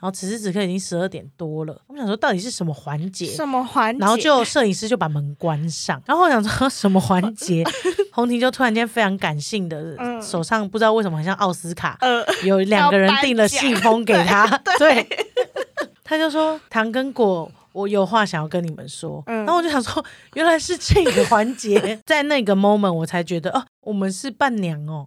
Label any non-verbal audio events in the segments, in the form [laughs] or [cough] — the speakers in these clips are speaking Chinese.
然后此时此刻已经十二点多了，我们想说到底是什么环节？什么环节？然后就摄影师就把门关上，然后我想说 [laughs] 什么环节，红婷就突然间非常感性的，呃嗯手上不知道为什么很像奥斯卡，呃，有两个人订了信封给他，对， [laughs] 对他就说糖跟果。我有话想要跟你们说，嗯然后我就想说，原来是这个环节， [laughs] 在那个 moment 我才觉得，哦，我们是伴娘哦，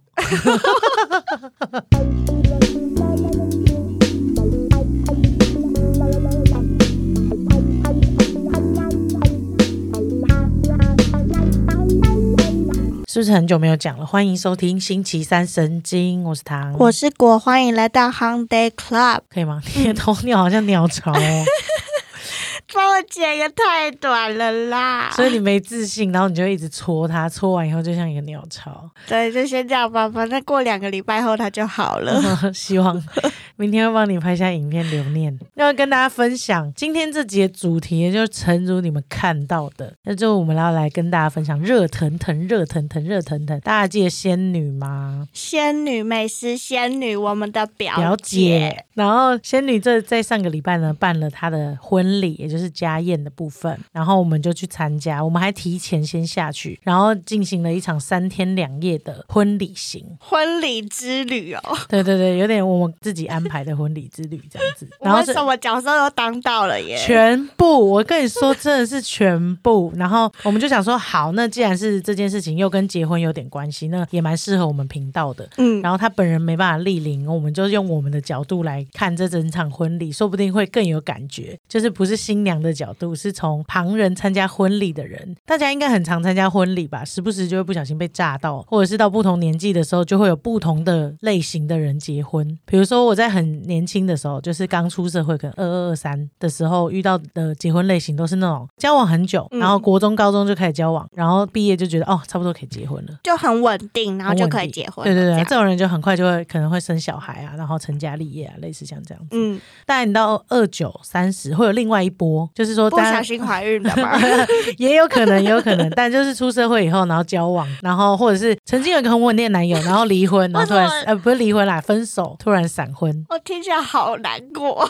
是不是很久没有讲了？欢迎收听星期三神经，我是糖，我是果，欢迎来到 Hung Day Club。可以吗？你的头鸟好像鸟巢哦，帮我剪个太短了啦，所以你没自信，然后你就一直搓它，搓完以后就像一个鸟巢。对，就先这样吧，反正过两个礼拜后它就好了。希望明天会帮你拍下影片留念。要跟大家分享，今天这节主题也就诚如你们看到的，那就我们要来跟大家分享热腾腾、热腾腾、热腾腾，大家记得仙女吗？仙女美食仙女，我们的表表姐，然后仙女这在上个礼拜呢办了她的婚礼，也就是家宴的部分，然后我们就去参加，我们还提前先下去，然后进行了一场三天两夜的婚礼行。婚礼之旅哦， [laughs] 对对对，有点我们自己安排的婚礼之旅这 [laughs] 样子。然后我是们什么角色都当到了耶。全部，我跟你说，真的是全部。然后我们就想说，好，那既然是这件事情又跟结婚有点关系，那也蛮适合我们频道的。嗯，然后他本人没办法莅临，我们就用我们的角度来看这整场婚礼，说不定会更有感觉。就是不是新娘的角度，是从旁人参加婚礼的人，大家应该很常参加婚礼吧？时不时就会不小心被炸到，或者是到不同年纪的时候，就会有不同的类型的人结婚。比如说我在很年轻的时候，就是刚出社会，可能二二二三的时候遇到的结婚类型都是那种交往很久，嗯然后国中、高中就开始交往，然后毕业就觉得哦，差不多可以结婚了。就很稳定，然后就可很以稳定结婚了。对对对，这这样种人就很快就会可能会生小孩啊，然后成家立业啊，类似像这样子。嗯，但你到二九三十会有另外一波，就是说不大小家心怀孕的 [laughs] 嘛。也有可能，也有可能，但就是出社会以后，然后交往，然后或者是曾经有一个很稳定的男友，然后离婚，然后突然为什么呃不是离婚啦，分手，突然闪婚， [laughs] 我听起来好难过，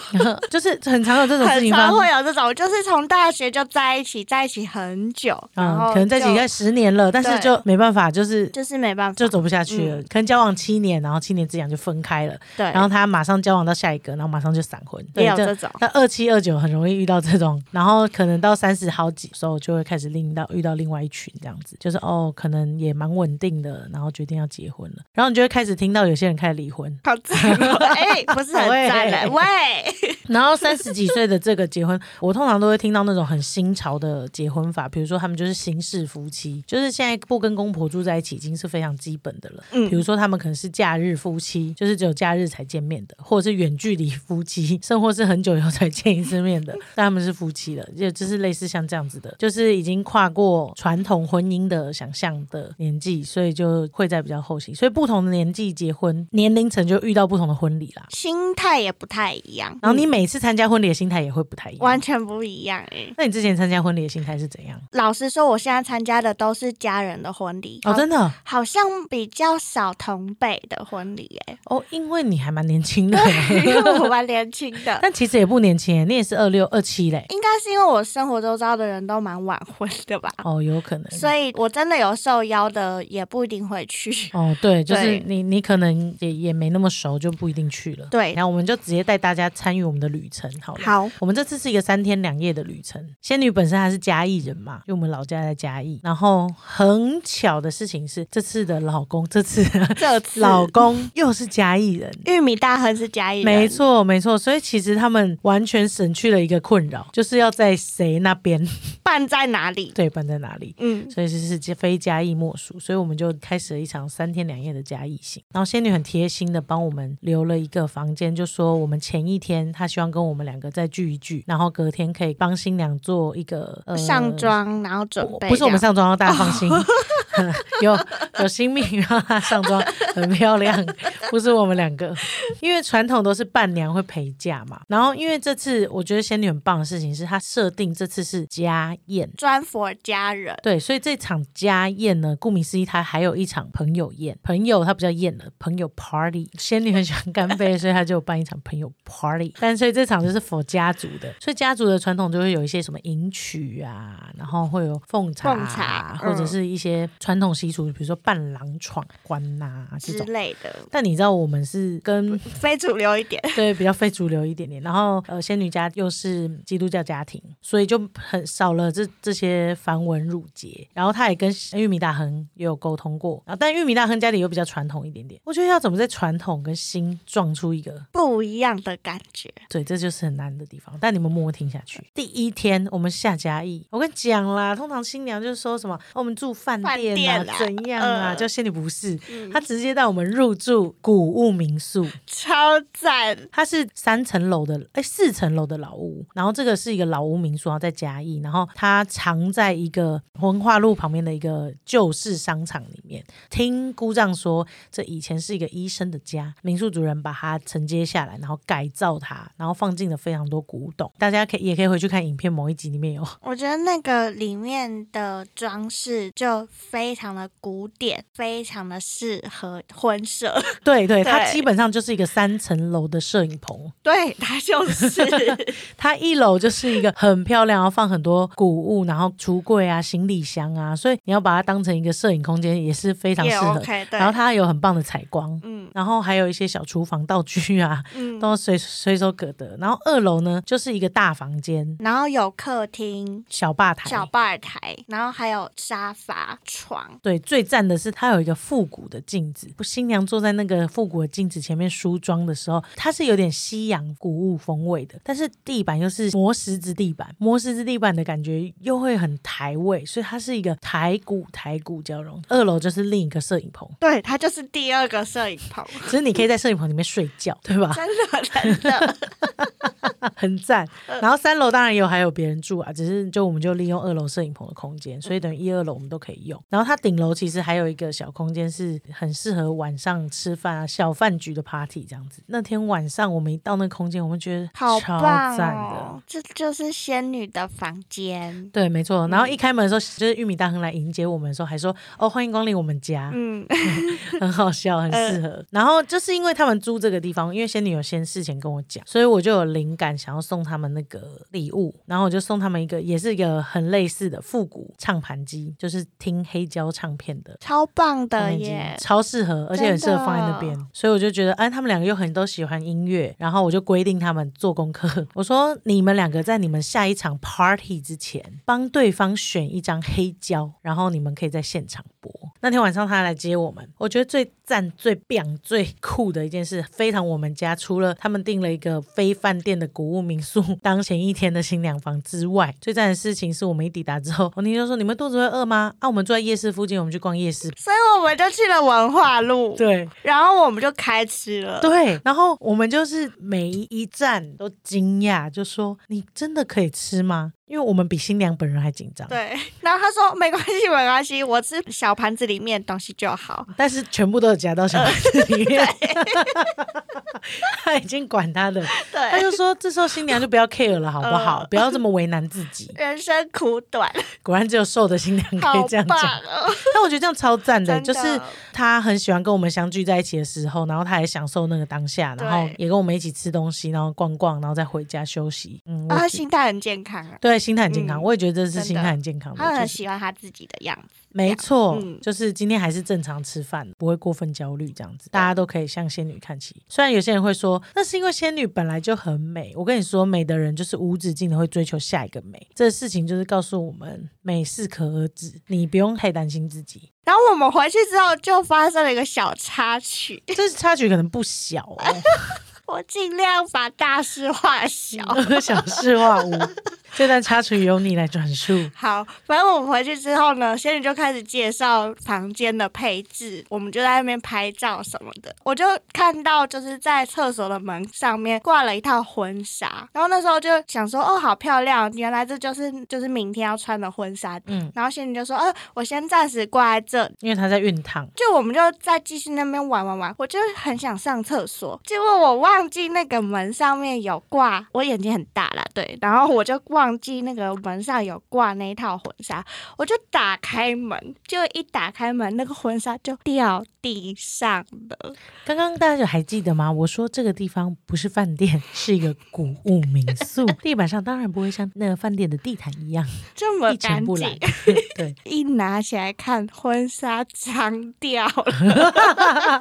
就是很常有这种事很情发常生嗯会。有这种，就是从大学就在一起，在一起很久，然嗯，后可能在一起就应该十年了，但是对就没办法，就是就是嗯没办法，就走不下去了。可能交往七年，然后七年之痒就分开了，对，然后他马上交往到下一个，然后马上就闪婚，对也有这这种，那二七二九很容易遇到这种，然后可能到三十好几的时候就会开始另到遇到另外一群这样子，就是哦，可能也蛮稳定的，然后决定要结婚了，然后你就会开始听到有些人开始离婚，好赞哦， [laughs] 哎，不是很赞了，喂，然后三十几岁的这个结婚，我通常都会听到那种很新潮的结婚法，比如说他们就是新式夫妻，就是现在不跟公婆住在一起已经是非常基本的了。嗯比如说他们可能是假日夫妻，就是只有假日才见面的，或者是远距离夫妻，甚或是很久以后才见一次面的，但他们是夫妻了，就就是类似像这样子的，就是已经跨过传统婚姻的想象的年纪，所以就会在比较后期，所以不同的年纪结婚，年龄层就遇到不同的婚礼啦。心态也不太一样，然后你每次参加婚礼的心态也会不太一样嗯完。全不一样哎。那你之前参加婚礼的心态是怎样？老实说，我现在参加的都是家人的婚礼，哦，真的好像比较少同辈的婚礼 [laughs] 哎，哦，因为你还蛮年轻的，因为我蛮年轻 [laughs] 的。但其实也不年轻耶，你也是二六二七嘞。应该是因为我生活周遭的人都蛮晚婚 [laughs] 的吧，哦，有可能。所以我真的有受邀的也不一定会 [laughs] 去。哦，对，就是对你，你可能也也没那么熟，就不一定去了。对然后我们就直接带大家参与我们的旅程好了。好，我们这次是一个三天两夜的旅程。仙女本身她是嘉义人嘛，因为我们老家在嘉义。然后很巧的事情是，这次的老公，这次这次老公又是嘉义人，玉米大亨是嘉义人，没错，没错。所以其实他们完全省去了一个困扰，就是要在谁那边 [laughs] 办在哪里？对办在哪里。嗯，所以是是非嘉义莫属，所以我们就开始了一场三天两夜的嘉义行。然后仙女很贴心的帮我们留了一个房间，就说我们前一天她希望跟我们两个再聚一聚，然后隔天可以帮新娘做一个呃上妆然后准备，不是我们，上妆，大家放心。 [laughs] 有有新命让她上妆很漂亮，不是我们两个，因为传统都是伴娘会陪嫁嘛。然后因为这次我觉得仙女很棒的事情是，她设定这次是家宴。专 for 家人，对，所以这场家宴呢，顾名思义，它还有一场朋友宴。朋友它不叫宴了，朋友 party。仙女很喜欢干杯，所以她就有办一场朋友 party。但所以这场就是 for 家族的，所以家族的传统就会有一些什么迎娶啊，然后会有奉茶啊、奉茶或者嗯是一些传统习俗，比如说伴郎闯关呐、这之种。类的，但你知道我们是跟非主流一点。 [laughs] 对，比较非主流一点点。然后呃，仙女家又是基督教家庭，所以就很少了这这些繁文缛节。然后她也跟玉米大亨也有沟通过，啊，但玉米大亨家里又比较传统一点点。我觉得要怎么在传统跟新撞出一个，不一样的感觉，对，这就是很难的地方。但你们默默听下去。第一天我们下家义，我跟你讲啦，通常新娘就是说什么、哦我们住饭饭店啊，店啊怎样啊，嗯就仙女不是，她直接带我们入住古物民宿。超赞！它是三层楼的，哎，四层楼的老屋，然后这个是一个老屋民宿，然后在嘉义，然后它藏在一个文化路旁边的一个旧式商场里面。听姑丈说，这以前是一个医生的家，民宿主人把它承接下来，然后改造它，然后放进了非常多古董。大家可以也可以回去看影片，某一集里面有。我觉得那个里面的装饰就非常的古典，非常的适合婚摄。 [laughs] 对对，它对基本上就是一个三层楼的摄影棚，对，它 [laughs] 就是。它一楼就是一个很漂亮，然后放很多古物，然后橱柜啊、行李箱啊，所以你要把它当成一个摄影空间也是非常适也合。 OK，对然后它有很棒的采光，嗯然后还有一些小厨房道具啊，嗯，都随随手可得。然后二楼呢，就是一个大房间、然后有客厅、小吧台。小吧台，然后还有沙发、床，对，最赞的是它有一个复古的镜子，新娘坐在那个复古的镜子前面梳妆的时候，它是有点西洋古物风味的，但是地板又是磨石子地板，磨石子地板的感觉又会很台味，所以它是一个台古台古交融。二楼就是另一个摄影棚，对，它就是第二个摄影 [laughs] 棚，其实你可以在摄影棚里面睡觉，对吧？真的真的，很 [laughs] 赞。呃然后三楼当然也有还有别人住啊，只是就我们就利用二楼摄影棚的空间，嗯所以等于一二楼我们都可以用。然后它顶楼其实还有一个小空间，是很适合晚上吃饭啊、小饭局的 party 这样子。那天晚上我们一到那空间，我们觉得好超棒赞的。哦！这就是仙女的房 [laughs] 间，对，没错。然嗯后一开门的时候，就是玉米大亨来迎接我们的时候，还说：“哦，欢迎光临我们家。”嗯，很好笑，很适合。呃然后就是因为他们租这个地方，因为仙女有先事前跟我讲，所以我就有灵感想要送他们那个礼物，然后我就送他们一个，也是一个很类似的复古唱盘机，就是听黑胶唱片的。超棒唱的片机耶！超适合，而且很适合放在那边，所以我就觉得，哎、他们两个又很都喜欢音乐，然后我就规定他们做功课， [laughs] 我说你们两个在你们下一场 party 之前，帮对方选一张黑胶，然后你们可以在现场播。那天晚上他来接我们，我觉得最赞、最棒、最酷的一件事，非常我们家除了他们订了一个非饭店的古物民宿 [laughs] 当前一天的新娘房之外，最赞的事情是我们一抵达之后，我那天就说你们肚子会饿吗？啊，我们住在夜市附近，我们去逛夜市。所以我们就去了文化路，对，然后我们就开吃了。对，然后我们就是每一站都惊讶，就说你真的可以吃吗？因为我们比新娘本人还紧张。。对，然后他说没关系，没关系，我吃小盘子里面的东西就好。但是全部都有夹到小盘子里面，[laughs] 呃他已经管他的，他对，就说这时候新娘就不要 care 了，好不呃好？不要这么为难自己。人生苦短，果然只有瘦的新娘嗯可以好这样棒讲，哦！但我觉得这样超赞的，真就的啊是他很喜欢跟我们相聚在一起的时候，然后他也享受那个当下，然后对也跟我们一起吃东西，然后逛逛，然后再回家休息。嗯，我啊，他心态很健康啊，对，心态很健康，嗯我也觉得这是真的心态很健康的，他就很是喜欢他自己的样子。没错，嗯就是今天还是正常吃饭，不会过分焦虑这样子，大家都可以向仙女看齐。虽然有些人会说，那是因为仙女本来就很美，我跟你说，美的人就是无止境的会追求下一个美，这事情就是告诉我们，美适可而止，你不用太担心自己。然后我们回去之后就发生了一个小插曲，这插曲可能不小哦，我尽量把大事化小。哦 [laughs] 小事化无。这段插曲由你来转述。好，反正我们回去之后呢，仙女就开始介绍房间的配置，我们就在那边拍照什么的。我就看到就是在厕所的门上面挂了一套婚纱，然后那时候就想说，哦，好漂亮，原来这就是就是明天要穿的婚纱。嗯嗯，然后仙女就说，呃，我先暂时挂在这里。因为他在熨烫，就我们就再继续那边玩玩玩，我就很想上厕所，结果我忘记那个门上面有挂，我眼睛很大啦，对，然后我就忘记那个门上有挂那一套婚纱，我就打开门，就一打开门，那个婚纱就掉地上了。刚刚大家有还记得吗？我说这个地方不是饭店， [laughs] 是一个古物民 [laughs] 宿，地板上当然不会像那个饭店的地毯一样这么一尘干不染 [laughs] 净，。对，一拿起来看，婚纱脏掉了，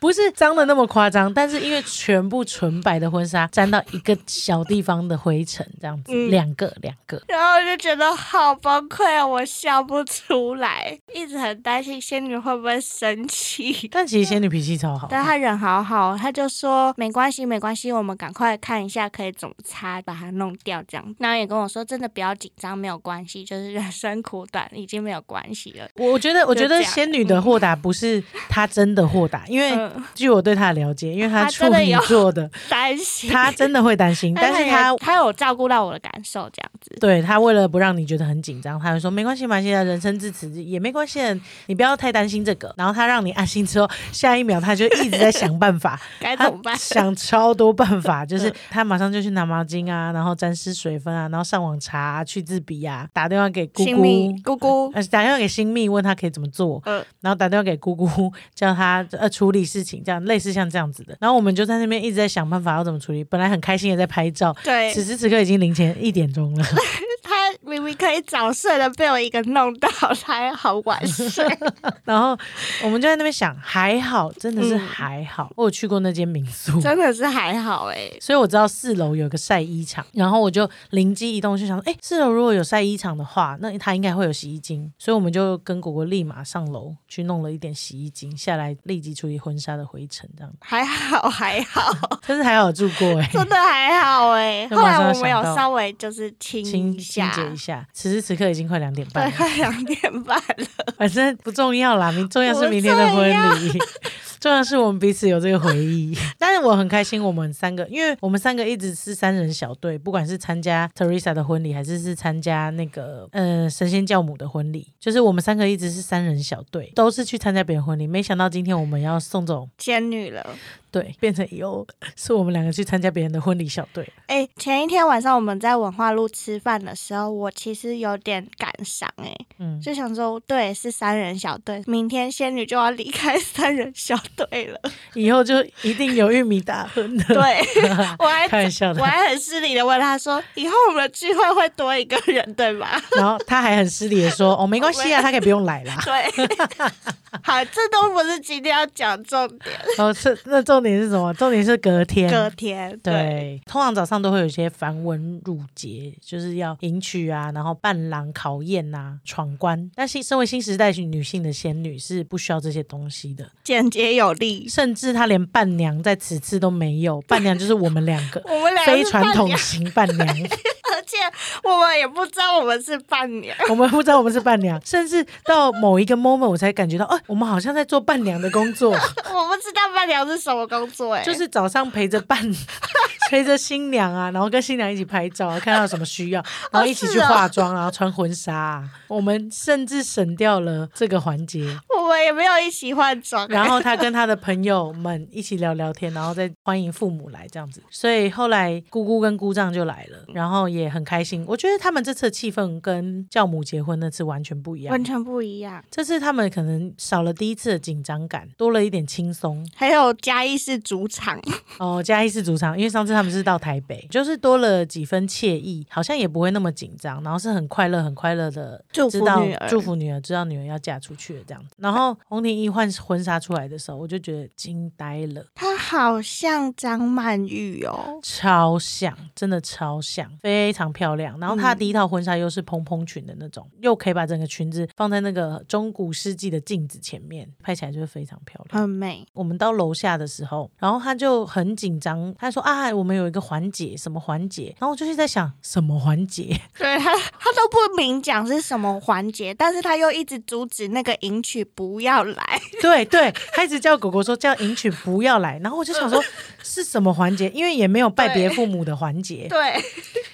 不是脏的那么夸张，但是因为全部纯白的婚纱沾到一个小地方的灰尘，这样子，嗯两个两个。然后我就觉得好崩溃哦，我笑不出来，一直很担心仙女会不会生气。但其实仙女脾气超好，但他人好好，他就说没关系，没关系，我们赶快看一下可以怎么擦，把它弄掉这样。然后也跟我说，真的不要紧张，没有关系，就是人生苦短，已经没有关系了。我我觉得，我觉就这得样仙女的豁达不是她真的豁达，因为嗯，据我对她的了解，因为她她处真的女有哎座 [laughs] 的，担心，她真的会担 [laughs] 心，但是她他他有照顾到我的感受，这样子。对他为了不让你觉得很紧张，他会说没关系嘛，现在人生至此也没关系，你不要太担心这个。然后他让你安心之后，下一秒他就一直在想办法， [laughs] 该他怎么办？嗯想超多办法，就是他马上就去拿毛巾啊，然后沾湿水分啊，然后上网查啊、去自笔啊，打电话给姑新姑密。[laughs] 姑姑，呃，打电话给新密问他可以怎么做，呃，然后打电话给姑姑，叫她呃处理事情，这样类似像这样子的。然后我们就在那边一直在想办法要怎么处理，本来很开心的在拍照，对此时此刻已经凌晨一点钟了。他明明可以早睡的，被我一个弄到，他还好晚睡。 [laughs] 然后我们就在那边想，还好，真嗯的是还好，我有去过那间民宿。真的是还好哎、欸，所以我知道四楼有个晒衣场，然后我就灵机一动，就想说，哎，四楼如果有晒衣场的话，那它应该会有洗衣精，所以我们就跟果果立马上楼去弄了一点洗衣精下来，立即处理婚纱的灰尘，这样。还好还好。但是还好有住过 [laughs] 哎、真的还好 [laughs] 哎、就后马来上我们想有到稍微就是清清一清下，洁一下，此时此刻已经快两点半对， [laughs] 了，快两点半了。 [laughs] 反正不重要啦，明重要是明天的婚礼， [laughs] 重要是我们彼此有这个回忆。但是我很开心，我们三个，因为我们三个一直是三人小队，不管是参加 Teresa 的婚礼，还是是参加那个呃神仙教母的婚礼，就是我们三个一直是三人小队，都是去参加别人婚礼。没想到今天我们要送走，仙女了，对，变成以后是我们两个去参加别人的婚礼小队。哎、前一天晚上我们在文化路吃饭的时候，我其实有点感伤哎、嗯，就想说，对，是三人小队，明天仙女就要离开三人小 [laughs] 队了。以后就一定有玉米大亨 [laughs] [laughs] 的。对，我还开玩笑的 [laughs] 我还很失礼的问他说，以后我们的聚会会多一个人对吧？ [laughs] 然后他还很失礼的说：“哦，没关系啊，他可以不用来啦。”对， [laughs] 好，这都不是今天要讲重点， [laughs] 哦，是那重点是什么？重点是隔天。隔天对对，通常早上都会有一些繁文缛节，就是要迎娶啊，然后伴郎考验呐、闯关。但是身为新时代女性的仙女是不需要这些东西的，简洁有力。甚至她连伴娘在此次都没有，伴娘就是我们两个 [laughs] 我们俩非是传伴统娘型伴娘。而且我们也不知道我们是伴娘，我们不知道我们是伴娘，甚至到某一个 moment 我才感觉到，哦、我们好像在做伴娘的工作。我不知道伴娘是什么工作、哎，就是早上陪着 [laughs] 伴，陪着新娘啊，然后跟新娘一起拍照啊，看到有什么需要，然后一起去是哦化妆，然后穿婚纱啊、我们甚至省掉了这个环节。我们也没有一起换装、哎 [laughs] 然后他跟他的朋友们一起聊聊天，然后再欢迎父母来这样子。所以后来姑姑跟姑丈就来了，然后也很开心。我觉得他们这次的气氛跟教母结婚那次完全不一样完。全不一样。这次他们可能少了第一次的紧张感，多了一点轻松。还有嘉义是主场，哦，嘉义是主场，因为上次他们是到台北，就是多了几分惬意，好像也不会那么紧张，然后是很快乐、很快乐的祝知福道女儿祝福女儿，知道女儿要嫁出去了这样子。然后洪婷一换婚纱出来的时候，我就觉得惊呆了。她好像张曼玉哦，超像，真的超像，非常漂亮。然后她嗯第一套婚纱又是蓬蓬裙的那种，又可以把整个裙子放在那个中古世纪的镜子前面，拍起来就会非常漂亮。很美。我们到楼下的时候，然后他就很紧张，他说啊，我们有一个环节，什么环节？然后我就是在想，什么环节？ [laughs] 对她，她都不明讲是什么环节，但是她又一直阻止那个迎娶不要来。对对，他一直叫狗狗说叫迎娶不要来，然后我就想 [laughs] 说是什么环节？因为也没有拜别父母的环节，对，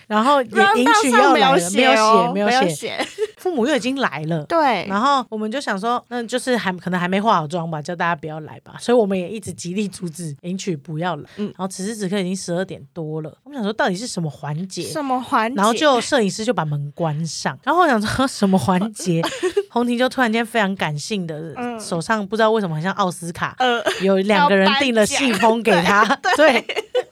然后也然后迎娶要上没来有了，没有哦写，没没有写，写。父母又已经来了。对，然后我们就想说，那就是还可能还没化好妆吧，叫大家不要来吧。所以我们也一直极力阻止迎娶不要来。嗯然后此时此刻已经十二点多了，我们想说到底是什么环节？什么环节？然后就摄影师就把门关上， [laughs] 然后我想说什么环 [laughs] 节，红婷就突然间非常感性的，嗯手上不知道为什么很像奥斯卡，呃，有两个人订了信封给他， [laughs] 对。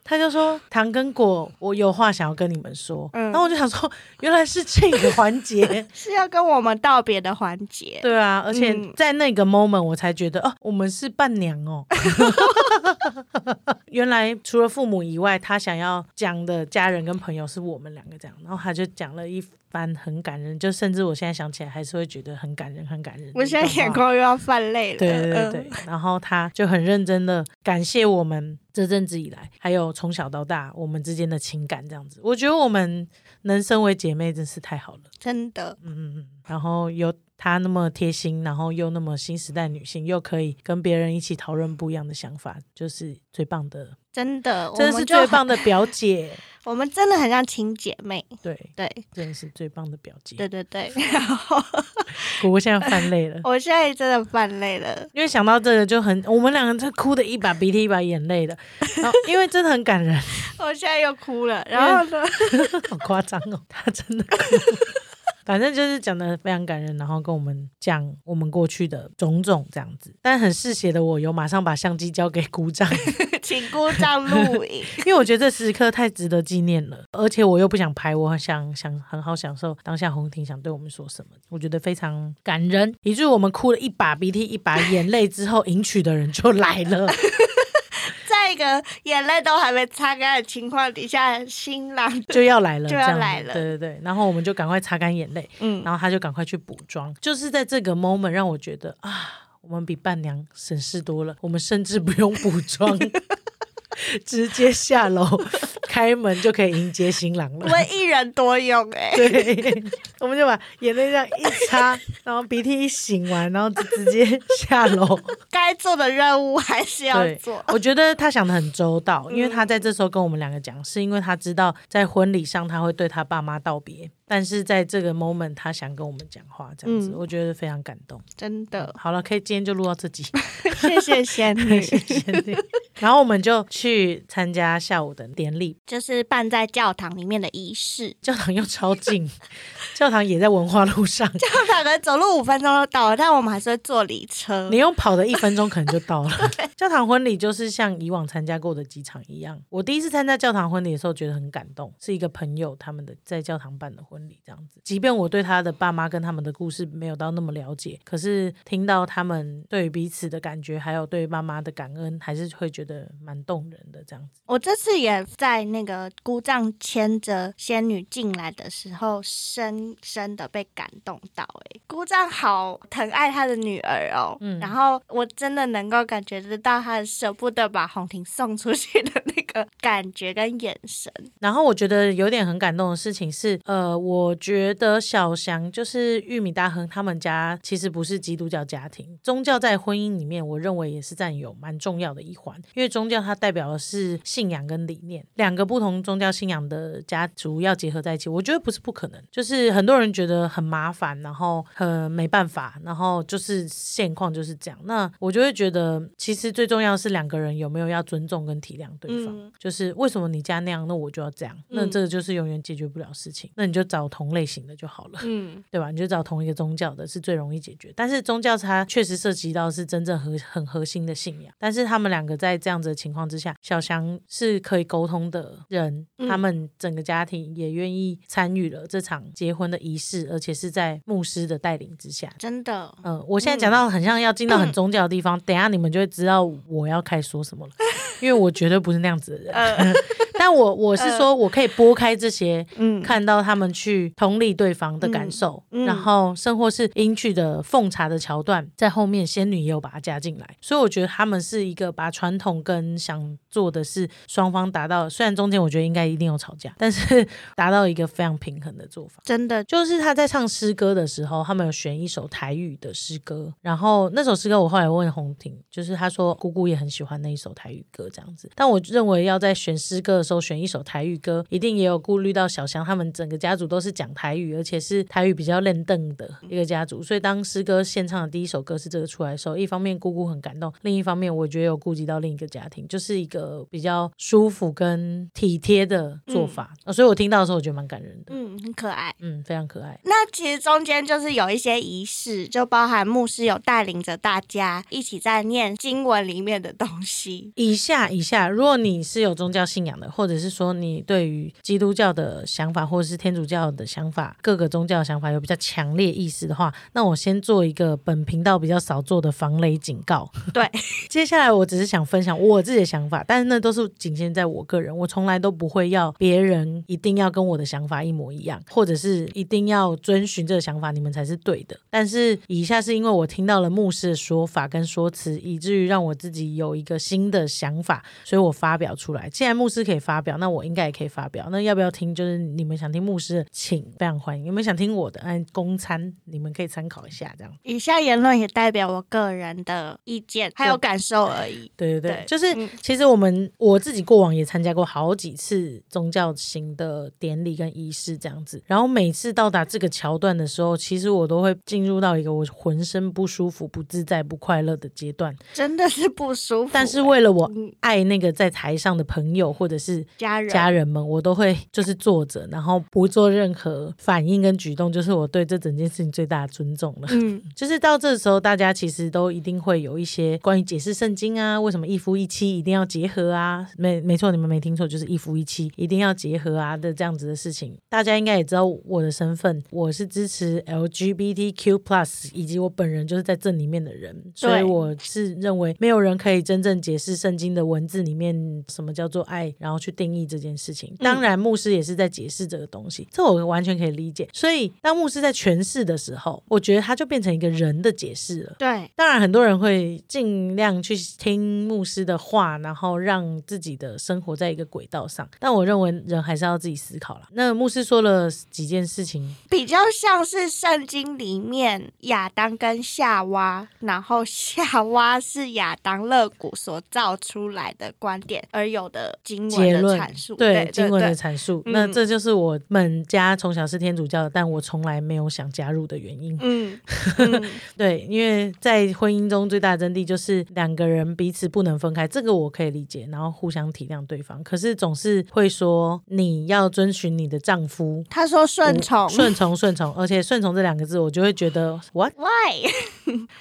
他就说：“糖跟果，我有话想要跟你们说。嗯然后我就想说，原来是这个环节，是要跟我们道别的环节。对啊，而且嗯在那个 moment 我才觉得，哦，我们是伴娘哦。 [laughs] 原来除了父母以外，他想要讲的家人跟朋友是我们两个这样，然后他就讲了一番很感人，就甚至我现在想起来还是会觉得很感人，很感人的一段话。我现在眼眶又要泛泪了。对对对嗯对，然后他就很认真的感谢我们这阵子以来，还有从小到大我们之间的情感这样子。我觉得我们能身为姐妹真是太好了。真的，嗯嗯嗯，然后有她那么贴心，然后又那么新时代女性，又可以跟别人一起讨论不一样的想法，就是最棒的，真的，真我的们是就最棒的表 [laughs] 姐。我们真的很像亲姐妹。对，对，真的是最棒的表姐对。对 [laughs] 对。然后，果果现在犯累 [laughs] 了我现在真的泛泪了。因为想到这个就很，我们两个在哭的一把鼻涕一把眼泪的，然后因为真的很感人， [laughs] 我现在又哭嗯了，然后呢？ [laughs] 好夸张哦，她真的哭。反正就是讲的非常感人，然后跟我们讲我们过去的种种这样子，但很嗜血的我有马上把相机交给鼓掌，请姑丈录影，因为我觉得这时刻太值得纪念了，而且我又不想拍，我很想想很好享受当下红婷想对我们说什么，我觉得非常感人，以至于我们哭了一把鼻涕一把眼泪之后，迎娶的人就来了，在一个眼泪都还没擦干的情况底下，新 [laughs] 郎就要来了， [laughs] 就要这样子来了对对对，然后我们就赶快擦干眼泪，嗯然后他就赶快去补妆，就是在这个 moment 让我觉得啊，我们比伴娘省事多了，我们甚至不用补妆。 [laughs] 直接下楼 [laughs] 开门就可以迎接新郎了。我一人多用哎、对， [laughs] 我们就把眼泪这样一擦，然后鼻涕一擤完，然后就直接下 [laughs] 楼。该做的任务还是要对做，。我觉得他想的很周到，因为他在这时候跟我们两个讲，是因为他知道在婚礼上他会对他爸妈道别，但是在这个 moment 他想跟我们讲话，这样子，嗯我觉得非常感动。真的，好了，可以今天就录到这集。谢谢 [laughs] 仙女，然后我们就去参加下午的典礼，就是办在教堂里面的仪式，教堂又超近，教堂也在文化路上，教堂可能走路五分钟就到了，但我们还是会坐礼车你。用跑的一分钟可能就到了。教堂婚礼就是像以往参加过的几场一样，我第一次参加教堂婚礼的时候觉得很感动，是一个朋友他们的在教堂办的婚礼这样子。即便我对他的爸妈跟他们的故事没有到那么了解，可是听到他们对于彼此的感觉，还有对妈妈的感恩，还是会觉得蛮动人的这样子。我这次也在那个姑丈牵着仙女进来的时候，深深的被感动到、欸。姑丈好疼爱他的女儿哦，然后我真的能够感觉得到他舍不得把红婷送出去的那个感觉跟眼神。然后我觉得有点很感动的事情是，呃，我觉得小翔就是玉米大亨他们家其实不是基督教家庭，宗教在婚姻里面，我认为也是占有蛮重要的一环，因为宗教它代表的是信仰跟理念，两个不同宗教信仰的家族要结合在一起，我觉得不是不可能，就是很多人觉得很麻烦，然后很没办法，然后就是现况就是这样。那我就会觉得，其实最重要的是两个人有没有要尊重跟体谅对方。嗯嗯，就是为什么你家那样，那我就要这样，那嗯这个就是永远解决不了事情。那你就找同类型的就好了。嗯，对吧？你就找同一个宗教的是最容易解决，但是宗教它确实涉及到是真正核很核心的信仰，但是他们两个在这样子的情况之下，小翔是可以沟通的人，嗯他们整个家庭也愿意参与了这场结婚的仪式，而且是在牧师的带领之下。真的，嗯、我现在讲到很像要进到嗯很宗教的地方，等一下你们就会知道我要开始说什么了，因为我绝对不是那样子的人。呃， [laughs] 但我我是说，我可以拨开这些嗯，看到他们去同理对方的感受，嗯嗯然后甚或是英剧的奉茶的桥段，在后面仙女也有把它加进来，所以我觉得他们是一个把传统跟想做的是双方达到，虽然中间我觉得应该一定有吵架，但是 [laughs] 达到一个非常平衡的做法。真的，就是他在唱诗歌的时候，他们有选一首台语的诗歌，然后那首诗歌我后来问红婷，就是她说姑姑也很喜欢那一首台语歌这样子，但我认为要在选诗歌的时候选一首台语歌，一定也有顾虑到小香他们整个家族都是讲台语，而且是台语比较练邓的一个家族，所以当诗歌献唱的第一首歌是这个出来的时候，一方面姑姑很感动，另一方面我觉得有顾及到另一个家庭，就是一个比较舒服跟体贴的做法，呃所以我听到的时候我觉得蛮感人的，嗯，很可爱。嗯，非常可爱。那其实中间就是有一些仪式，就包含牧师有带领着大家一起在念经文里面的东西。以下以下，如果你是有宗教信仰的，或者是说你对于基督教的想法，或者是天主教的想法，各个宗教的想法有比较强烈意识的话，那我先做一个本频道比较少做的防雷警告。对， [laughs] 接下来我只是想分享我自己的想法，但是那都是仅限在我个人，我从来都不会要别人一定要跟我的想法一模一样，或者是一定要遵循这个想法，你们才是对的。但是以下是因为我听到了牧师的说法跟说辞，以至于让我自己有一个新的想法，所以我发表出来。既然牧师可以发表，那我应该也可以发表。那要不要听？就是你们想听牧师的，请非常欢迎；你们想听我的，按公餐，你们可以参考一下这样。以下言论也代表我个人的意见还有感受而已。对对对，对就是、嗯其实我们我自己过往也参加过好几次宗教型的典礼跟仪式这样子，然后每次到达这个桥段的时候，其实我都会进入到一个我浑身不舒服、不自在、不快乐的阶段， [laughs] 真的是不舒服欸。但是为了我嗯爱那个在台上的朋友或者是家人，家人们，我都会就是坐着，然后不做任何反应跟举动，就是我对这整件事情最大的尊重了。嗯， [laughs] 就是到这时候，大家其实都一定会有一些关于解释圣经啊，为什么一夫一妻一定要结合啊？没没错，你们没听错，就是一夫一妻一定要结合啊的这样子的事情。大家应该也知道我的身份，我是支持 LGBTQ plus，以及我本人就是在这里面的人，所以对我是认为没有人可以真正解释圣经的文字里面什么叫做爱，然后去定义这件事情。当然，牧师也是在解释这个东西，这我完全可以理解。所以，当牧师在诠释的时候，我觉得他就变成一个人的解释了。对，当然，很多人会尽量去听牧师的话，然后让自己的生活在一个轨道上。但我认为人还是要自己思考啦。那牧师说了几件事情，比较像是圣经里面亚当跟夏娃，然后夏娃是亚当肋骨所造出来的观点而有的经文结的论阐述。对对经文的对，阐述。嗯那这就是我们家从小是天主教的，但我从来没有想加入的原因。 [laughs] 嗯嗯，对，因为在婚姻中最大的真谛就是两个人彼此不能分开，这个我可以理解，然后互相体谅对方。可是总是会说你要遵循你的丈夫。他说 [laughs] 顺从我顺从，顺从，而且顺从这两个字，我就会觉得 what？ ，why？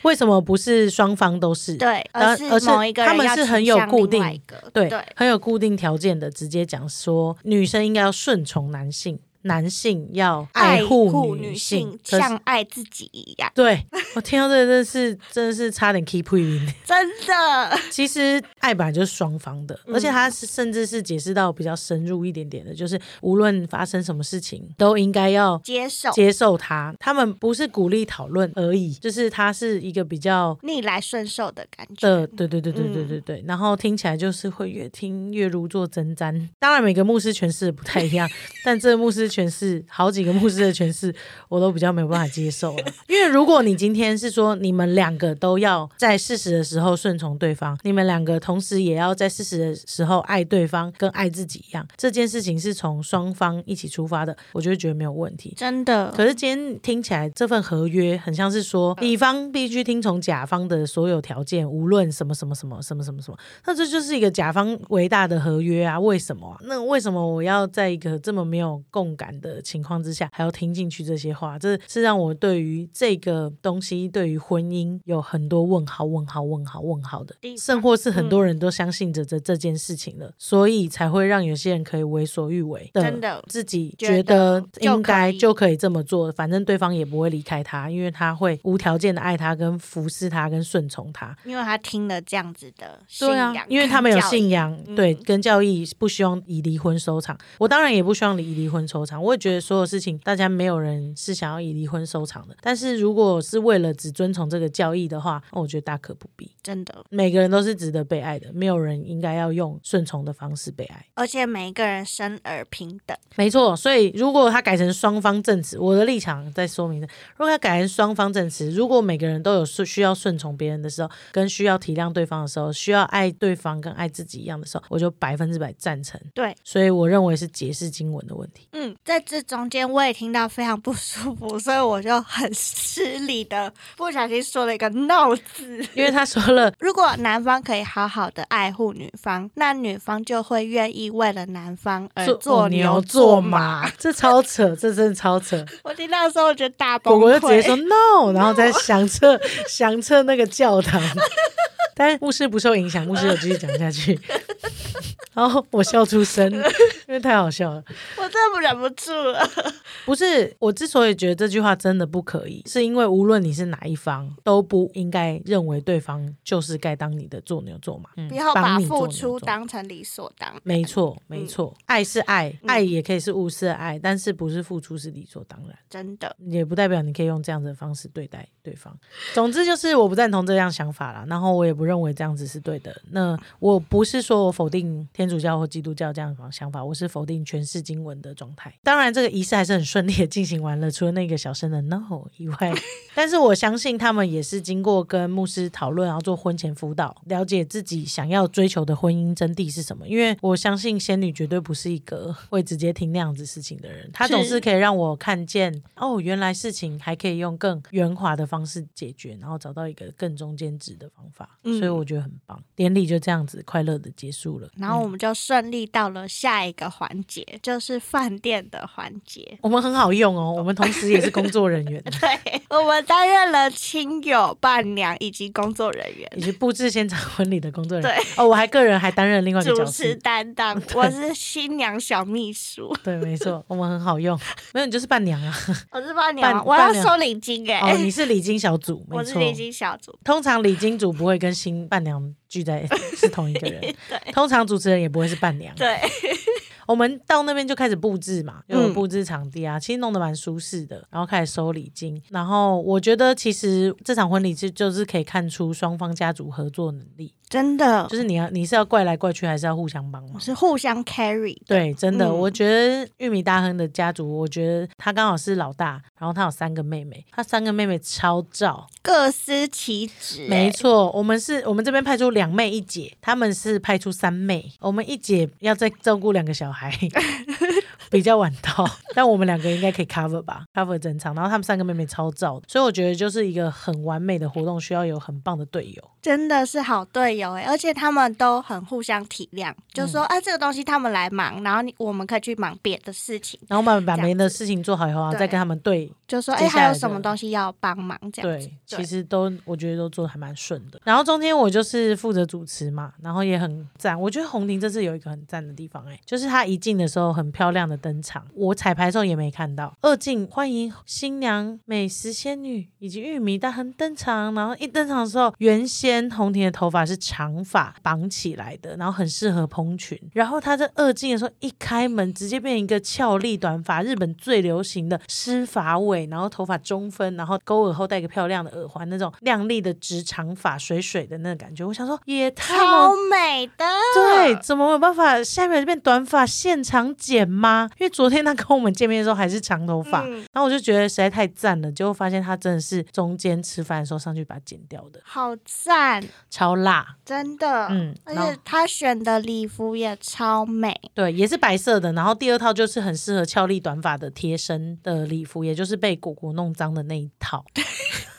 为什么不是双方都是？对，而而而是是某一个人他们要是很倾有向固另定外一个对，对，很有固定条件的，直接讲说女生应该要顺从男性，男性要护护女性性，，可是像爱自己一 [laughs] 样，对我听到这个真的是真的是差点 keep 晕。真的，其实爱本来就是双方的，嗯而且他是甚至是解释到比较深入一点点的，就是无论发生什么事情，都应该要接受接受他。他们不是鼓励讨论而已，就是他是一个比较。逆来顺受的感的觉。对对对对对嗯对对，然后听起来就是会越听越如坐针毡。当然，每个牧师诠释的不太一样，但这个牧师诠释，好几个牧师的诠释，我都比较没有办法接受了。因为如果你今天是说你们两个都要在事实的时候顺从对方，你们两个同时也要在事实的时候爱对方，跟爱自己一样，这件事情是从双方一起出发的，我就会觉得没有问题。真的，可是今天听起来，这份合约很像是说，乙方必须听从甲方的所有条件，无论什么什么什么什么什么什么，那这就是一个甲方为大的合约啊？为什么、啊？那为什么我要在一个这么没有共感的情况之下，还要听进去这些话？这是让我对于这个东西，对于婚姻有很多问号、问号、问号、问号的地，方甚或是很多人都相信着这这件事情了，所以才会让有些人可以为所欲为的，真的自己觉觉得得就应该可以就可以这么做，反正对方也不会离开他，因为他会无条件的爱他、跟服侍他、跟顺从他。因为他听了这样子的信对啊仰跟教义，，因为他们有信仰，嗯对，跟教义不希望以离婚收场。我当然也不希望以离婚收场，我也觉得所有事情大家没有人是想要以离婚收场的。但是如果是为了只遵从这个教义的话，那我觉得大可不必。真的，每个人都是值得被爱的，没有人应该要用顺从的方式被爱。而且每一个人生而平等，没错，所以如果他改成双方证词，我的立场再说明一下：如果他改成双方证词，如果每个人都有顺需要顺从别人的时候，跟需要体谅对方的时候，需要爱对方跟爱自己一样的时候，我就百分之百赞成。对，所以我认为是解释经文的问题。嗯，在这中间我也听到非常不舒服，所以我就很失礼的不小心说了一个 “no” 字。因为他说了，如果男方可以好好的爱护女方，那女方就会愿意为了男方而哎做牛做马。，这超扯，这真的超扯。我听到的时候，我觉得大崩果溃。果就直接说 no，然后再响彻响彻那个教堂。但是牧师不受影响，牧师有继续讲下去。然后我笑出声，因为太好笑了。：“ [laughs] 我真的忍不住了。不是我之所以觉得这句话真的不可以，是因为无论你是哪一方，都不应该认为对方就是该当你的做牛做马，嗯不要把帮你付做牛做出马当成理所当然。没错，没错，爱是爱，爱也可以是物是爱，但是不是付出是理所当然。真的，也不代表你可以用这样子的方式对待对方。总之就是我不赞同这样想法啦，然后我也不认为这样子是对的。那我不是说我否定天主教或基督教这样的想法，我是否定全是经文的状态。当然，这个仪式还是很顺利的进行完了，除了那个小声的 “no” 以外，但是我相信他们也是经过跟牧师讨论，然后做婚前辅导，了解自己想要追求的婚姻真谛是什么。因为我相信仙女绝对不是一个会直接听那样子事情的人，她是总是可以让我看见哦，原来事情还可以用更圆滑的方式解决，然后找到一个更中间值的方法。嗯所以我觉得很棒，典礼就这样子快乐的结束了。然后嗯我们就顺利到了下一个环节，就是饭店的环节。 [laughs] 我们很好用哦，我们同时也是工作人员。 [laughs] 对，我们担任了亲友、伴娘以及工作人员。也是布置现场婚礼的工作人员哦，我还个人还担任另外一个 [laughs] 主角色持，担当，我是新娘小秘书，对，没错，我们很好用。没有，你就是伴娘 [laughs] 啊。我是 [laughs] 伴娘，伴我要伴娘收礼金哎、哦，你是礼金小组，没我是错。礼金小组，通常礼金组不会跟新伴娘聚在 [laughs] 是同一个 [laughs] 人，通常主持人也不会是伴娘。对，我们到那边就开始布置嘛，嗯有布置场地啊，其实弄得蛮舒适的，然后开始收礼金。然后我觉得其实这场婚礼是就是可以看出双方家族合作能力，真的就是你要你是要怪来怪去，还是要互相帮忙我？是互相 carry，对，真的，嗯我觉得玉米大亨的家族，我觉得他刚好是老大，然后他有三个妹妹，他三个妹妹超照，各司其职、没哎，错，我们是我们这边派出两妹一姐，他们是派出三妹，我们一姐要再照顾两个小 [laughs] 孩，比较晚到，但我们两个应该可以 cover 吧，cover 整场。然后他们三个妹妹超照的，所以我觉得就是一个很完美的活动，需要有很棒的队友。真的是好队友哎、而且他们都很互相体谅，就嗯说哎、啊这个东西他们来忙，然后你我们可以去忙别的事情，然后慢慢把这样子别的事情做好以后啊，对再跟他们对就说接哎、下来还有什的么东西要帮忙这样子对，，其实都我觉得都做的还蛮顺的。然后中间我就是负责主持嘛，然后也很赞。我觉得红婷这次有一个很赞的地方、哎，就是她一进的时候很漂亮的登场，我彩排的时候也没看到。二进欢迎新娘、美食仙女以及玉米大亨登场，然后一登场的时候，原先红婷的头发是长发绑起来的，然后很适合蓬裙。然后她在二进的时候一开门，直接变一个俏丽短发，日本最流行的湿发尾，然后头发中分，然后勾耳后戴个漂亮的耳环，那种亮丽的直长发，水水的那个感觉。我想说，也太超美的， [laughs] 对，怎么有办法？下面就变短发，现场剪吗？因为昨天他跟我们见面的时候还是长头发，嗯然后我就觉得实在太赞了，结果发现他真的是中间吃饭的时候上去把它剪掉的，好赞，超辣。真的，嗯而然后且他选的礼服也超美，对，也是白色的。然后第二套就是很适合俏丽短发的贴身的礼服，也就是被果果弄脏的那一套。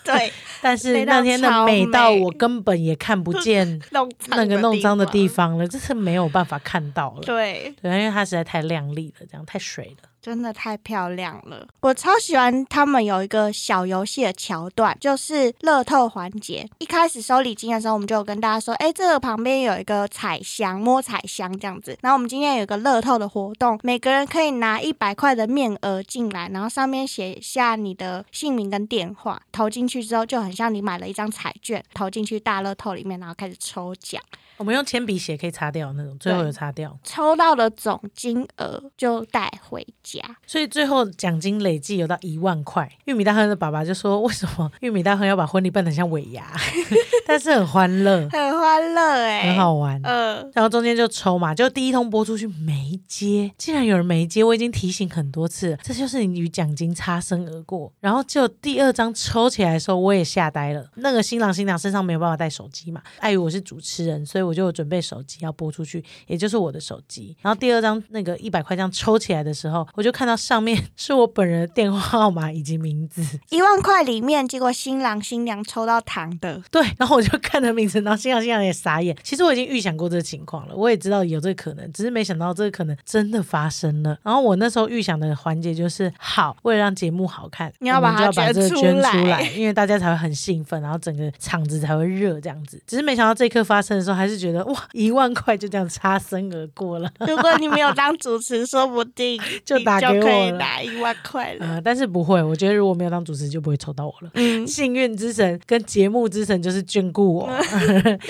对，但 [laughs] 是美到那天的超美到美我根本也看不 [laughs] 见弄那个弄脏的地方，方了，这是没有办法看到了。对，对，因为它实在太亮丽了，这样太水了。真的太漂亮了，我超喜欢他们有一个小游戏的桥段，就是乐透环节。一开始收礼金的时候，我们就有跟大家说，哎，这个旁边有一个彩箱，摸彩箱这样子。然后我们今天有一个乐透的活动，每个人可以拿一百块的面额进来，然后上面写下你的姓名跟电话，投进去之后就很像你买了一张彩券，投进去大乐透里面，然后开始抽奖，我们用铅笔写可以擦掉那种，最后对有擦掉，抽到的总金额就带回家。所以最后奖金累计有到一万块。玉米大亨的爸爸就说：“为什么玉米大亨要把婚礼办得像尾牙？ [laughs] 但是很欢乐，很欢乐 [laughs] 哎、很好玩。”呃，然后中间就抽嘛，就第一通拨出去没接，竟然有人没接，我已经提醒很多次了，这就是你与奖金擦身而过。然后就第二张抽起来的时候，我也吓呆了。那个新郎新娘身上没有办法带手机嘛，碍于我是主持人，所以我就有准备手机要拨出去，也就是我的手机。然后第二张那个一百块这样抽起来的时候，我就看到上面 [laughs] 是我本人的电话号码以及名字。一万块里面，结果新郎新娘抽到糖的， [laughs] 对，然后我就看着名字，然后新郎新娘也傻眼。其实我已经预想过这个情况了，我也知道有这个可能，只是没想到这个可能真的发生了。然后我那时候预想的环节就是，好，为了让节目好看，你要我们就把它要把捐这个出捐出来来，因为大家才会很兴奋，然后整个场子才会热这样子。只是没想到这一刻发生的时候，还是觉得哇，一万块就这样擦身而过了。 [laughs] 如果你没有当主持， [laughs] 说不定就你打给就可我以了拿一万块了。呃，但是不会，我觉得如果没有当主持人，就不会抽到我了。嗯，幸运之神跟节目之神就是眷顾我。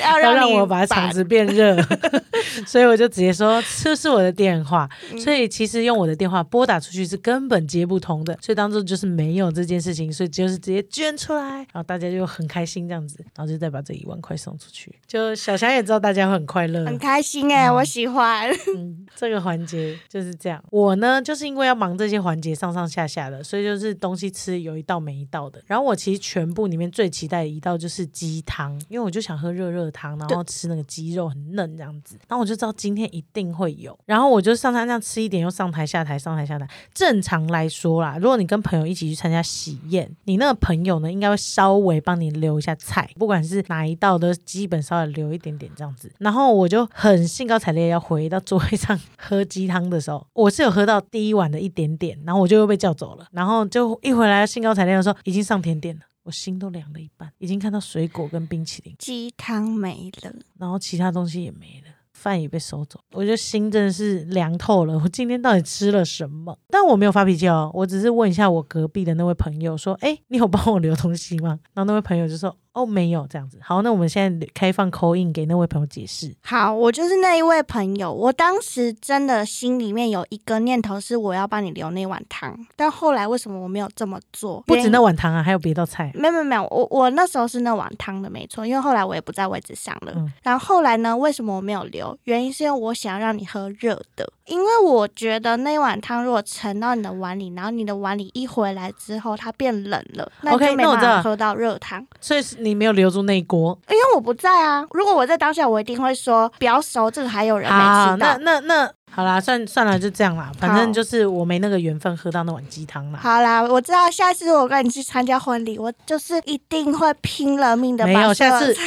要要让让你我把场子变热， [laughs] 所以我就直接说这是我的电话，嗯所以其实用我的电话拨打出去是根本接不通的，所以当做就是没有这件事情，所以就是直接捐出来，然后大家就很开心这样子，然后就再把这一万块送出去，就小翔也知道大家会很快乐，啊很开心哎、我喜欢。 [laughs] 嗯，这个环节就是这样。我呢，就是因为要忙这些环节上上下下的，所以就是东西吃有一道没一道的。然后我其实全部里面最期待的一道就是鸡汤，因为我就想喝热热汤，然后吃那个鸡肉很嫩这样子。然后我就知道今天一定会有，然后我就上山这样吃一点，又上台下台，上台下台。正常来说啦，如果你跟朋友一起去参加喜宴，你那个朋友呢，应该会稍微帮你留一下菜，不管是哪一道都基本稍微留一点点这样子。然后我就很兴高采烈地要回到座位上喝鸡汤的时候，我是有喝到第一碗的一点点，然后我就又被叫走了。然后就一回来兴高采烈的时候，已经上甜点了。我心都凉了一半，已经看到水果跟冰淇淋，鸡汤没了，然后其他东西也没了，饭也被收走，我觉得心真的是凉透了。我今天到底吃了什么？但我没有发脾气哦，我只是问一下我隔壁的那位朋友说：“哎，你有帮我留东西吗？”然后那位朋友就说：“哦，没有。”这样子。好，那我们现在开放口音给那位朋友解释。好，我就是那一位朋友。我当时真的心里面有一个念头是我要帮你留那碗汤，但后来为什么我没有这么做？不原止因那碗汤啊，还有别道菜。没有没有没有，我我那时候是那碗汤的没错，因为后来我也不在位置上了。嗯然后后来呢，为什么我没有留？原因是因为我想让你喝热的，因为我觉得那碗汤如果盛到你的碗里，然后你的碗里一回来之后它变冷了，那你 OK，就没那我办知法道喝到热汤。所以是你没有留住那一锅。因为我不在啊，如果我在当下，我一定会说不要熟，这个还有人没好，吃啊那到。那那好啦，算算了，就这样啦。反好正就是我没那个缘分喝到那碗鸡汤啦。好啦，我知道下次我跟你去参加婚礼，我就是一定会拼了命的把没有，所下次菜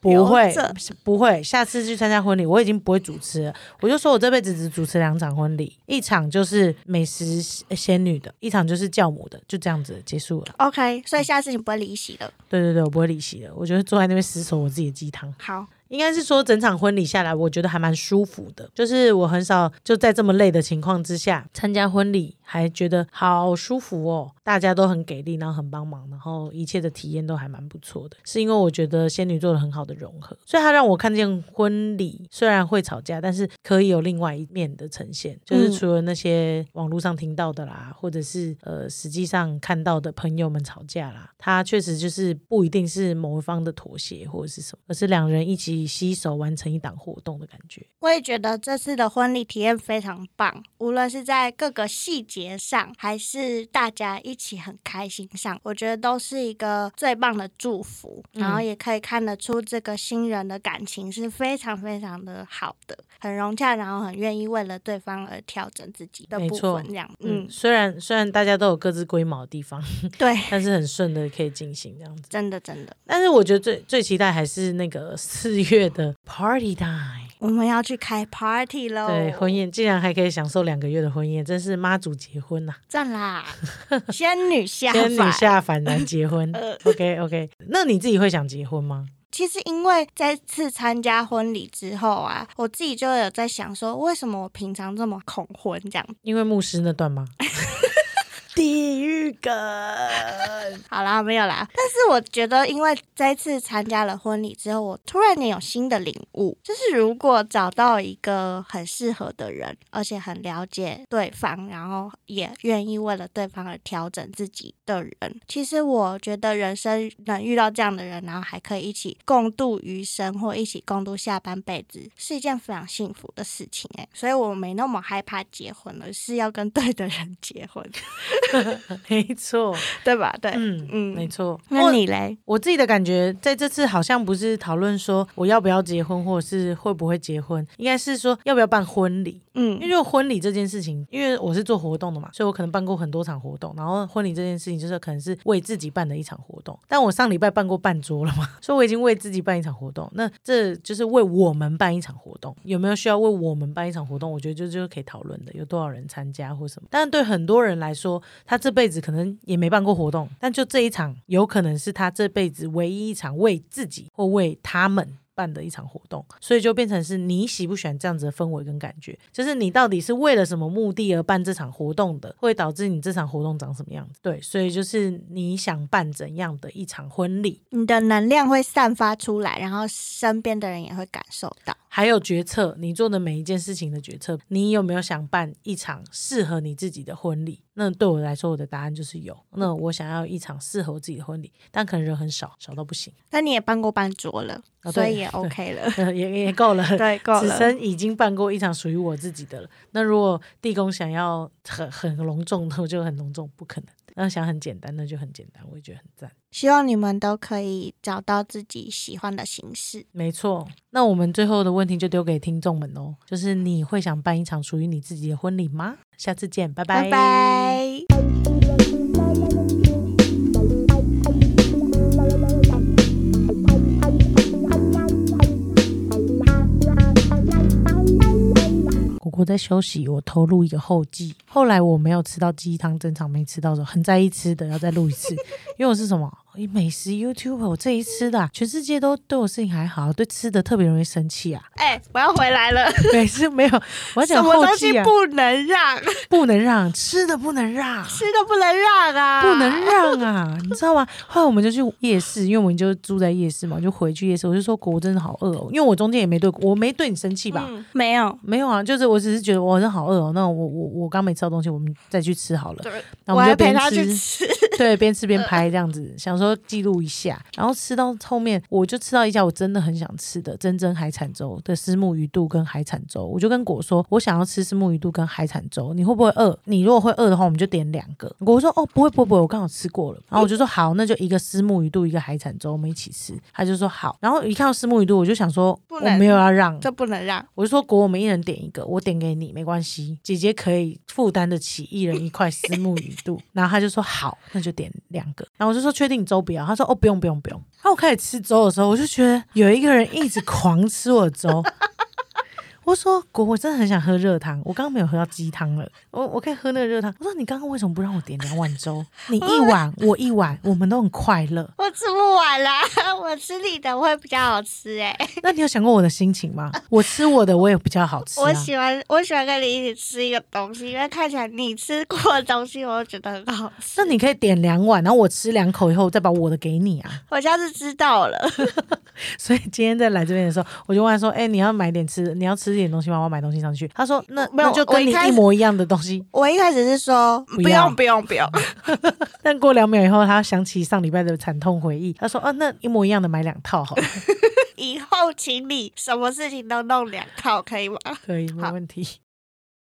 不会留着，不会。下次去参加婚礼，我已经不会主持了。我就说我这辈子只主持两场婚礼，一场就是美食仙女的，一场就是教母的，就这样子结束了。 [laughs] OK，所以下次你不会离席了。对对对，我不会离席的。我觉得坐在那边死守我自己的鸡汤，好，应该是说整场婚礼下来，我觉得还蛮舒服的。就是我很少就在这么累的情况之下参加婚礼，还觉得好舒服哦，大家都很给力，然后很帮忙，然后一切的体验都还蛮不错的。是因为我觉得仙女做了很好的融合，所以她让我看见婚礼虽然会吵架，但是可以有另外一面的呈现，就是嗯除了那些网络上听到的啦，或者是呃实际上看到的朋友们吵架啦，它确实就是不一定是某一方的妥协或者是什么，而是两人一起携手完成一档活动的感觉。我也觉得这次的婚礼体验非常棒，无论是在各个细节上，还是大家一起很开心上，我觉得都是一个最棒的祝福。嗯然后也可以看得出这个新人的感情是非常非常的好的，很融洽，然后很愿意为了对方而调整自己的没部错分，这样，嗯嗯，，虽然虽然大家都有各自龟毛的地方， [laughs] 对，但是很顺的可以进行这样子。真的真的，但是我觉得最最期待还是那个四月的 Party Time，、我们要去开 party 喽，对婚宴，竟然还可以享受两个月的婚宴，真是妈祖结婚呐、赞 [laughs] 啦，仙女下仙女凡。下凡难结 [laughs] 婚。呃 OK OK，那你自己会想结婚吗？其实因为这次参加婚礼之后啊，我自己就有在想说，为什么我平常这么恐婚这样？因为牧师那段吗？地狱梗， [laughs] 好啦，没有啦。但是我觉得，因为这次参加了婚礼之后，我突然间有新的领悟，就是如果找到一个很适合的人，而且很了解对方，然后也愿意为了对方而调整自己的人，其实我觉得人生能遇到这样的人，然后还可以一起共度余生，或一起共度下半辈子，是一件非常幸福的事情哎、所以我没那么害怕结婚了，是要跟对的人结婚， [laughs] 没错，对吧？对，嗯嗯，嗯没错。那你嘞？我自己的感觉，在这次好像不是讨论说我要不要结婚，或者是会不会结婚，应该是说要不要办婚礼。嗯因为就婚礼这件事情，因为我是做活动的嘛，所以我可能办过很多场活动。然后婚礼这件事情，就是可能是为自己办的一场活动。但我上礼拜办过半桌了嘛， [laughs] 所以我已经为自己办一场活动。那这就是为我们办一场活动，有没有需要为我们办一场活动？我觉得就就是可以讨论的，有多少人参加或什么。但对很多人来说，他这辈子可能也没办过活动，但就这一场，有可能是他这辈子唯一一场为自己或为他们。办的一场活动，所以就变成是你喜不喜欢这样子的氛围跟感觉，就是你到底是为了什么目的而办这场活动的，会导致你这场活动长什么样子。对，所以就是你想办怎样的一场婚礼，你的能量会散发出来，然后身边的人也会感受到。还有决策，你做的每一件事情的决策，你有没有想办一场适合你自己的婚礼？那对我来说，我的答案就是有。那我想要一场适合我自己的婚礼，但可能人很少，少到不行， [laughs] 但你也办过半桌了，哦对。所以也 OK 了 [laughs] 呃也也够了。对，够此了。生已经办过一场属于我自己的了。那如果地公想要很很隆重的，我就很隆重，不可能。那想很简单，那就很简单，我也觉得很赞。希望你们都可以找到自己喜欢的形式。没错，那我们最后的问题就丢给听众们哦，就是你会想办一场属于你自己的婚礼吗？下次见，拜拜拜拜。果果在休息，我偷录一个后记。后来我没有吃到鸡汤，整场没吃到的时候，很在意吃的，要再录一次。因为我是什么美食 YouTuber，我这一吃的啊、全世界都对我事情还好，对吃的特别容易生气啊。 [laughs] 哎、我要回来了，每次没有，我要什讲么后东西记啊，不能让， [laughs] 不能让吃的不能让。吃的不能让啊，不能让啊，你知道吗？后来我们就去夜市，因为我们就住在夜市嘛，我就回去夜市。我就说：“果我真的好饿哦，因为我中间也没对我没对你生气吧？嗯没有，没有啊，就是我只是觉得我真的好饿哦。那我我我刚没吃到东西，我们再去吃好了。对那我们还就陪边他去吃，[laughs] 吃。嗯对，边吃边拍这样子，想说记录一下。然后吃到后面，我就吃到一家我真的很想吃的真真海产粥的虱目鱼肚跟海产粥。我就跟果说，我想要吃虱目鱼肚跟海产粥，你会不会饿？你如果会饿的话，我们就点两个。果说哦，不会不会不会，我刚好吃过了。然嗯后我就说好，那就一个虱目鱼肚，一个海产粥，我们一起吃。他就说好。然后一看到虱目鱼肚，我就想说不我能没有要让，这不能让，我就说果，我们一人点一个，我点给你没关系，姐姐可以负担得起一人一块丝木鱼肚。 [laughs] 然后他就说好，那就点两个。然后我就说确定粥不要，他说哦不用不用不用。然后我开始吃粥的时候，我就觉得有一个人一直狂吃我的粥。 [laughs] 我说果，我真的很想喝热汤，我刚刚没有喝到鸡汤了，我我可以喝那个热汤。我说你刚刚为什么不让我点两碗粥？你一碗，我一碗，我们都很快乐。我吃不完啦， [laughs] 我吃你的会比较好吃哎、那你有想过我的心情吗？我吃我的，我也比较好吃、啊。我喜欢我喜欢跟你一起吃一个东西，因为看起来你吃过的东西，我都觉得很好吃。那你可以点两碗，然后我吃两口以后再把我的给你啊。 [laughs] 我下次知道了，所以今天在来这边的时候，我就问他说：“哎、你要买点吃，你要吃点东西吗？我要买东西上去。”他说：“那没有那就跟你我一开一始模一样的东西。 [laughs] 我一开始是说不不要用不用不用，” [laughs] 但过两秒以后，他想起上礼拜的惨痛回忆，他说：“啊，那一模一样的买两套好了，以后请你什么事情都弄两套可以吗？ [laughs] 可以，没问题。”